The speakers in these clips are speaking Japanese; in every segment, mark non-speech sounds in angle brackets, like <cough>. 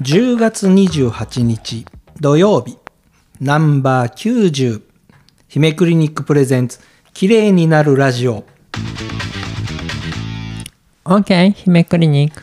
10月28日土曜日ナンバー90姫クリニックプレゼンツ綺麗になるラジオ OK 姫クリニック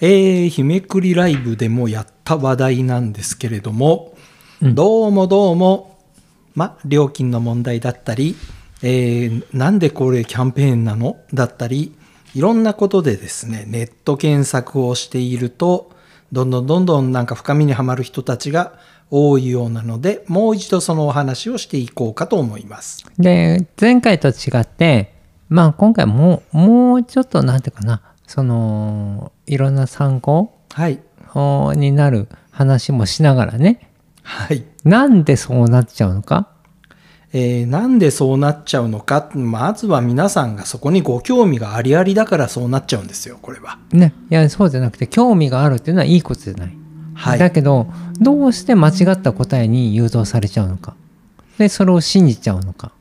えー、姫くりライブでもやった話題なんですけれども、どうもどうも、ま、料金の問題だったり、えーなんでこれキャンペーンなのだったり、いろんなことでですね、ネット検索をしていると、どんどんどんどんなんか深みにはまる人たちが多いようなので、もう一度そのお話をしていこうかと思います。で前回と違ってまあ今回もうもうちょっとなんていうかなそのいろんな参考はい。おになる話もしながらねはい。なんでそうなっちゃうのかえーなんでそうなっちゃうのか、まずは皆さんがそこにご興味がありありだからそうなっちゃうんですよ、これは。ねいやそうじゃなくて興味があるっていうのはいいことじゃない、はい。だけどどうして間違った答えに誘導されちゃうのかでそれを信じちゃうのか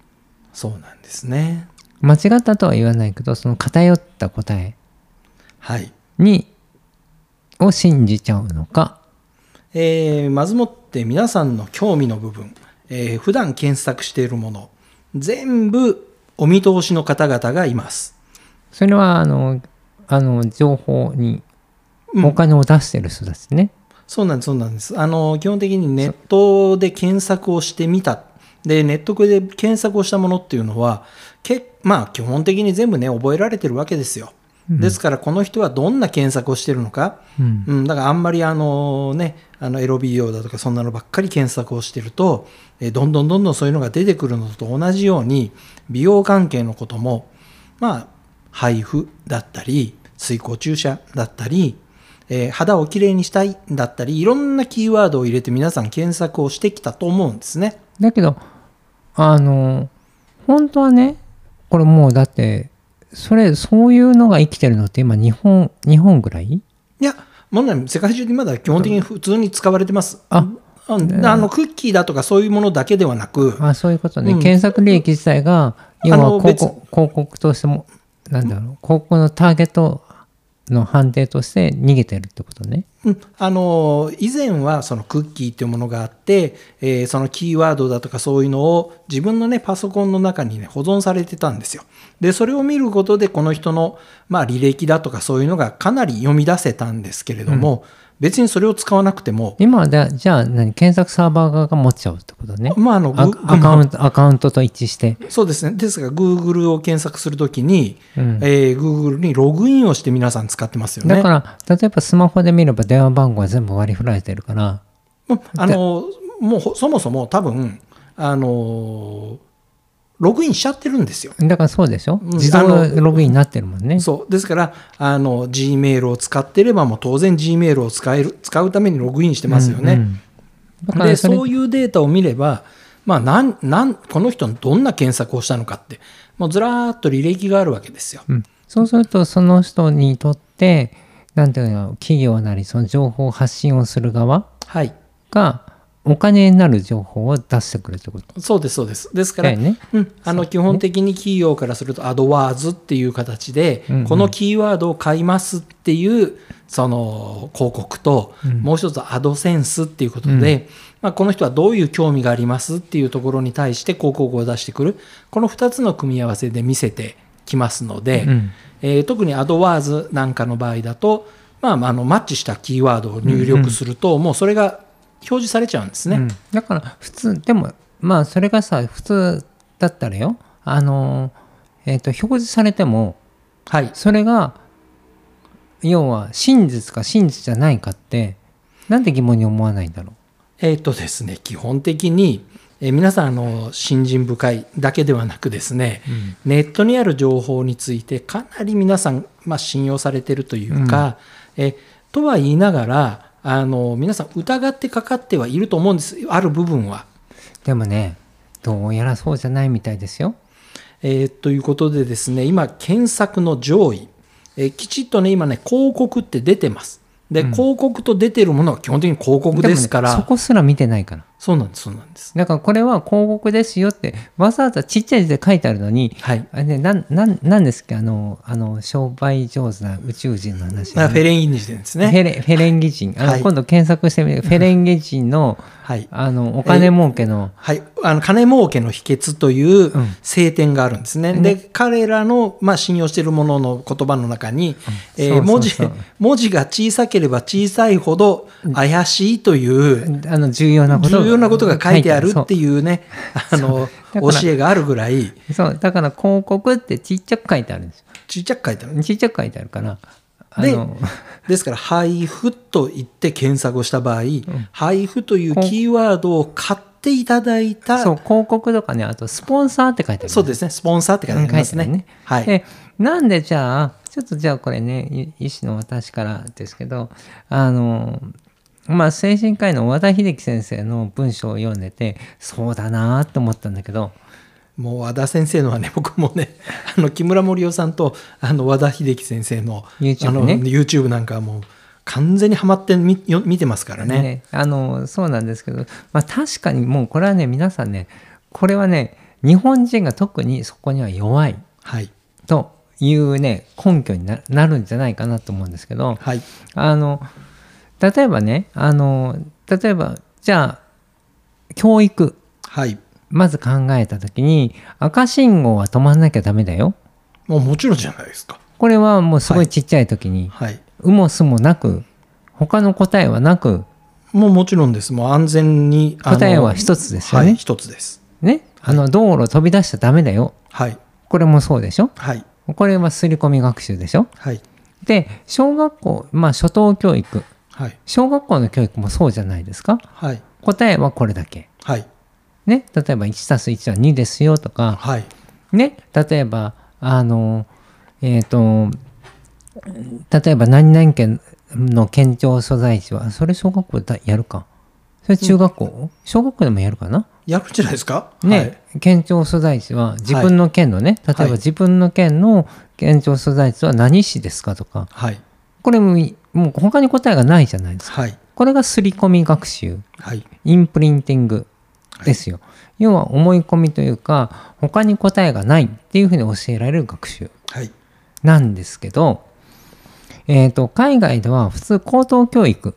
そうなんですね。間違ったとは言わないけどその偏った答えはい。にを信じちゃうのかえーまずもって皆さんの興味の部分、えー普段検索しているもの、全部お見通しの方々がいます。それはあのあの情報にうんお金を出してる人たちね、そうなんです、そうなんです。あの、基本的にネットで検索をしてみた。で、ネットで検索をしたものっていうのは、けまあ、基本的に全部ね、覚えられてるわけですよ。ですから、この人はどんな検索をしてるのか、うんうん、だからあんまりあのね、あのエロビデオだとかそんなのばっかり検索をしてると、えーどんどんどんどんそういうのが出てくるのと同じように、美容関係のことも、まあ、配布だったり、水耕注射だったり、えー肌をきれいにしたいだったり、いろんなキーワードを入れて皆さん検索をしてきたと思うんですね。だけどあの本当はねこれもうだってそれそういうのが生きてるのって今日本日本ぐらいいや、もうね、世界中でまだ基本的に普通に使われてます。あうんあの、クッキーだとかそういうものだけではなく、あそういうことね、うん検索利益自体があ要のは広告広告としてもなんだろう広告のターゲットの判定として逃げてるってことねうん、あの以前はそのクッキーっていうものがあって、えーそのキーワードだとかそういうのを自分のねパソコンの中にね保存されてたんですよでそれを見ることでこの人の、まあ、履歴だとかそういうのがかなり読み出せたんですけれども、別にそれを使わなくても、今はだじゃあ何検索サーバー側が持っちゃうってことねまああのアグアカウントアカウントと一致してそうですねですが Google を検索するときに、うんえー Google にログインをして皆さん使ってますよねだから、例えばスマホで見れば電話番号は全部割り振られてるから、もうあのもうほそもそも多分あのログインしちゃってるんですよ。だからそうでしょん自動ログインになってるもんね。そうですからあの G メールを使ってればもう当然 G メールを使える使うためにログインしてますよね。うんうんだかでらそれそういうデータを見れば、まあ、なんなんこの人のどんな検索をしたのかってもうずらーっと履歴があるわけですよ。うんそうすると、その人にとって、なんていうの、企業なり、その情報発信をする側はいが、お金になる情報を出してくるってことそうですそうです。ですから、だよね。うん、あの基本的に企業からするとアドワーズっていう形で、うんうんこのキーワードを買いますっていうその広告と、うんもう一つアドセンスっていうことで、うんまあ、この人はどういう興味がありますっていうところに対して広告を出してくるこの2つの組み合わせで見せてきますので、うんえー特にアドワーズなんかの場合だと、まあ、まああのマッチしたキーワードを入力すると、もうそれが表示されちゃうんですね。うんだから普通でもまあそれがさ普通だったらよあのえっ、と表示されてもはいそれが要は真実か真実じゃないかってなんで疑問に思わないんだろえっ、とですね、基本的に、えー皆さんあの、信心深いだけではなくですね、う、ネットにある情報について、かなり皆さん、まあ、信用されてるというか、えーとは言いながらあの、皆さん疑ってかかってはいると思うんです、ある部分は。でもねどうやらそうじゃないみたいですよえーということでですね、今、検索の上位、えーきちっとね、今ね、広告って出てます。で、広告と出てるものは基本的に広告ですから、もねそこすら見てないからそうなんです、そうなんです。だからこれは広告ですよってわざわざちっちゃい字で書いてあるのにはい。あれねなんなんなんですっけあのあの商売上手な宇宙人の話、まあ、フェレンギ人ですフェね。レフェレンゲ人あの、はい今度検索してみてフェレンゲ人のはい。あのお金儲けの、はい、あの金儲けの秘訣といううん聖典があるんですね。ねで彼らの、まあ、信用しているものの言葉の中に、えーそうそうそう文字文字が小さければ小さいほど怪しいというあの重要なこと重要なことが書いてあるっていいうねあのだから教えがあるぐらいうそうだから広告ってちっちゃく書いてあるんですちっちゃく書いてあるんでよちっちゃく書いてあるからあでの <laughs> すですから配布と言って検索をした場合、配布というキーワードを買っていただいたそう広告とかねあとスポンサーって書いてあるそうですねスポンサーって書いてありますね。うん書いてはい、でなんでじゃあちょっとじゃあこれねい医師の私からですけどあのまあ精神科医の和田秀樹先生の文章を読んでてそうだなと思ったんだけどもう和田先生のはね、 <laughs> 僕もね、あの木村盛夫さんとあの和田秀樹先生の YouTube あのね YouTube なんかはもう完全にはまってみよ見てますからね。ねあのそうなんですけど、まあ、確かにもうこれはね皆さんねこれはね日本人が特にそこには弱いはい。というね根拠にななるんじゃないかなと思うんですけど、はい。あの例えばねあの例えばじゃあ教育はい。まず考えた時に赤信号は止まんなきゃダメだよもうもちろんじゃないですか。これはもうすごはいちっちゃい時に、はい。有もすもなく他の答えはなくもうもちろんです。もう安全に。あの答えは一つですよねはい。一つです。ねあの道路飛び出しちゃダメだよはい。これもそうでしょはい。これは刷り込み学習でしょはい。で小学校まあ初等教育はい。小学校の教育もそうじゃないですかはい。答えはこれだけはい。ね、例えば 1+1 は2ですよとか、はい。ね、例えばあのえっ、と例えば何々県の県庁所在地はそれ小学校だやるかそれ中学校、小学校でもやるかな、やるんじゃないですか。ね県庁所在地は自分の県のね、例えはいば自分の県の県庁所在地は何市ですかとかはい。はい。これもいもう他に答えがないじゃないですかはい。これが刷り込み学習はい。インプリンティングですよ、要は思い込みというか他に答えがないっていうふうに教えられる学習はい。なんですけど、えー、と海外では普通高等教育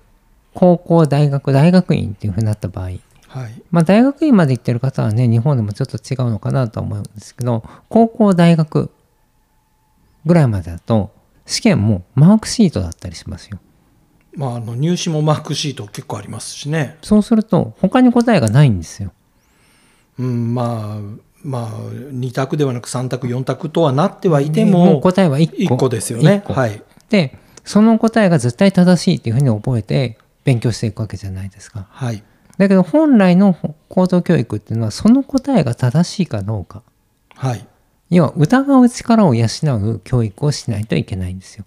高校大学大学院っていうふうになった場合、はい。まあ、大学院まで行ってる方はね日本でもちょっと違うのかなとは思うんですけど高校大学ぐらいまでだと試験もマークシートだったりしますよ。まあ、あの入試もマークシート結構ありますしね。そうすると他に答えがないんですよ。うん、まあまあ2択ではなく3択4択とはなってはいてもうも答えは1 1個個ですよね一。個はいでその答えが絶対正しいっていうふうに覚えて勉強していくわけじゃないですか。はいだけど本来の高等教育っていうのはその答えが正しいかどうかはい。要は疑う力を養う教育をしないといけないんですよ。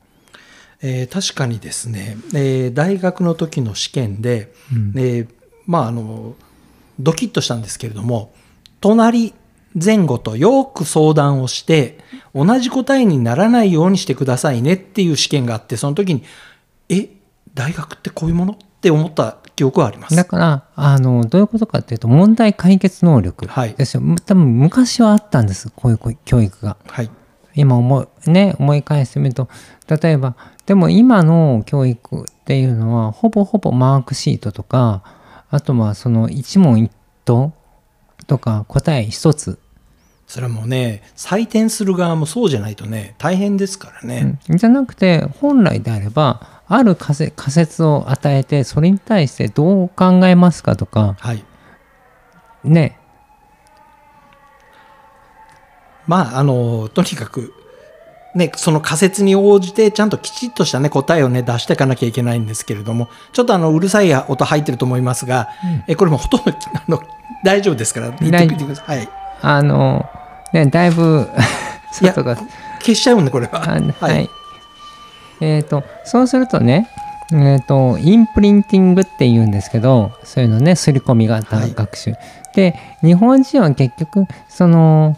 えー確かにですね、えー大学の時の試験で、うんえーまああのドキッとしたんですけれども隣前後とよく相談をして同じ答えにならないようにしてくださいねっていう試験があってその時にえ大学ってこういうものって思った記憶はあります。だからあのどういうことかっていうと問題解決能力はいですよ、多分昔はあったんですこういう教育が。はい今思い,、ね、思い返してみると例えばでも今の教育っていうのはほぼほぼマークシートとかあとはその一問一答とか答え一つ、それはもうね採点する側もそうじゃないとね大変ですからね、うんじゃなくて本来であればある仮説仮説を与えてそれに対してどう考えますかとかはいねまああのとにかくねその仮説に応じてちゃんときちっとしたね答えをね出していかなきゃいけないんですけれどもちょっとあのうるさい音入ってると思いますが、えこれもほとんどあの大丈夫ですから言ってみてください、はい、あのねだいぶいや <laughs> 外が消しちゃうんでこれはあのははいい。えっ、と、そうするとね、えっ、と、インプリンティングって言うんですけど、そういうのね、刷り込み型はい学習。で、日本人は結局、その、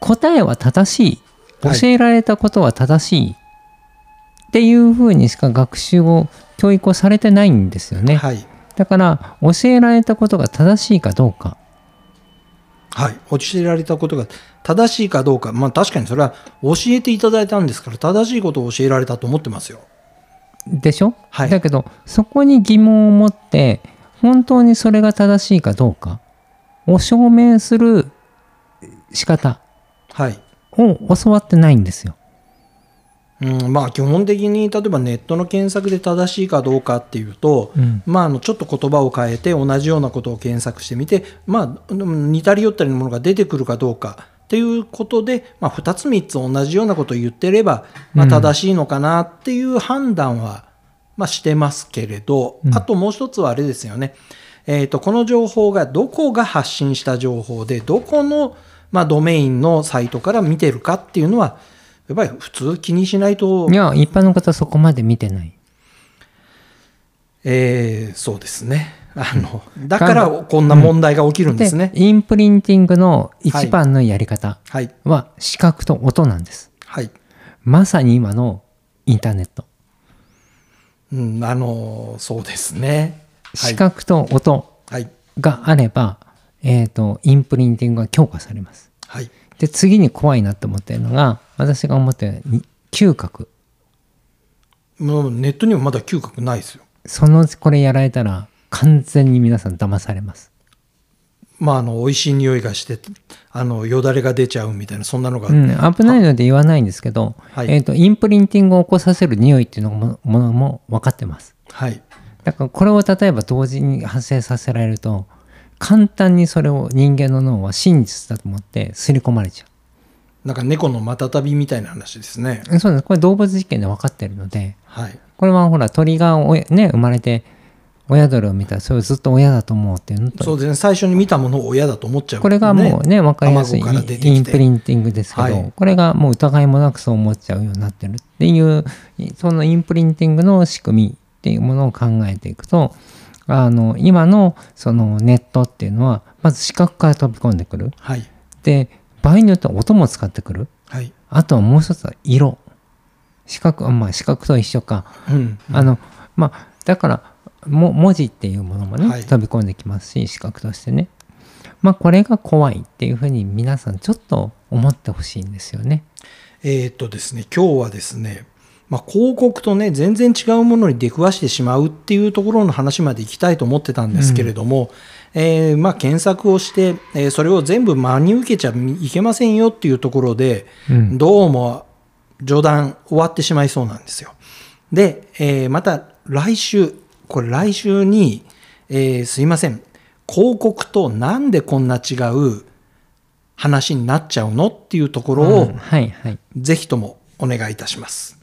答えは正しい。はい教えられたことは正しい。っていうふうにしか学習を、教育をされてないんですよね。はいだから教えられたことが正しいかどうかはい、教えられたことが正しいかどうか、まあ、確かにそれは教えていただいたんですから正しいことを教えられたと思ってますよ。でしょ、はいだけどそこに疑問を持って本当にそれが正しいかどうかを証明する仕方はいを教わってないんですよ。うんまあ、基本的に例えばネットの検索で正しいかどうかっていうと、うんまあ、あのちょっと言葉を変えて同じようなことを検索してみて、まあ、うん似たり寄ったりのものが出てくるかどうかっていうことで、まあ、2つ3つ同じようなことを言ってれば、まあ、うん正しいのかなっていう判断は、まあ、してますけれど、うんあともう一つはあれですよね、えー、とこの情報がどこが発信した情報でどこの、まあ、ドメインのサイトから見てるかっていうのはやっぱり普通気にしないとい、や一般の方はそこまで見てない。えーそうですねあのだからこんな問題が起きるんですね。インプリンティングの一番のやり方はい、は視覚と音なんです。はいまさに今のインターネット。うん、あのそうですね。はい視覚と音はいがあれば、えっ、と、インプリンティングが強化されます。はいで次に怖いなって思ってるのが私が思ってるに嗅覚もうネットにもまだ嗅覚ないですよ。そのこれやられたら完全に皆さん騙されますまあ、あの美味しい匂いがしてあのよだれが出ちゃうみたいなそんなのが、うん危ないので言わないんですけど、はいえー、とインプリンティングを起こさせる匂いっていうのもものも分かってますはいだからこれを例えば同時に発生させられると簡単にそれを人間の脳は真実だと思って刷り込まれちゃなんか猫のまたたびみたいな話ですね。うそうですこれ動物実験で分かってるのではいこれはほら鳥がおね生まれて親鳥を見たらそれをずっと親だと思うっていうのとそうですね最初に見たものを親だと思っちゃう、これがもうね分かりやすいイ卵から出てきてンプリンティングですけど、はいこれがもう疑いもなくそう思っちゃうようになってるっていうそのインプリンティングの仕組みっていうものを考えていくとあの今のそのネットっていうのはまず視覚から飛び込んでくるはいで場合によっては音も使ってくるはい、あとはもう一つは色視覚あまあ視覚と一緒かうん、あのまあだからも文字っていうものもね、はい飛び込んできますし視覚としてねまあこれが怖いっていうふうに皆さんちょっと思ってほしいんですよね。えーっとですね、今日はですね、まあ、広告とね、全然違うものに出くわしてしまうっていうところの話まで行きたいと思ってたんですけれども、えーまあ、検索をして、えーそれを全部真に受けちゃいけませんよっていうところで、うんどうも序談終わってしまいそうなんですよ。で、えーまた来週、これ来週に、えーすいません、広告となんでこんな違う話になっちゃうのっていうところを、うんはいはいぜひともお願いいたします。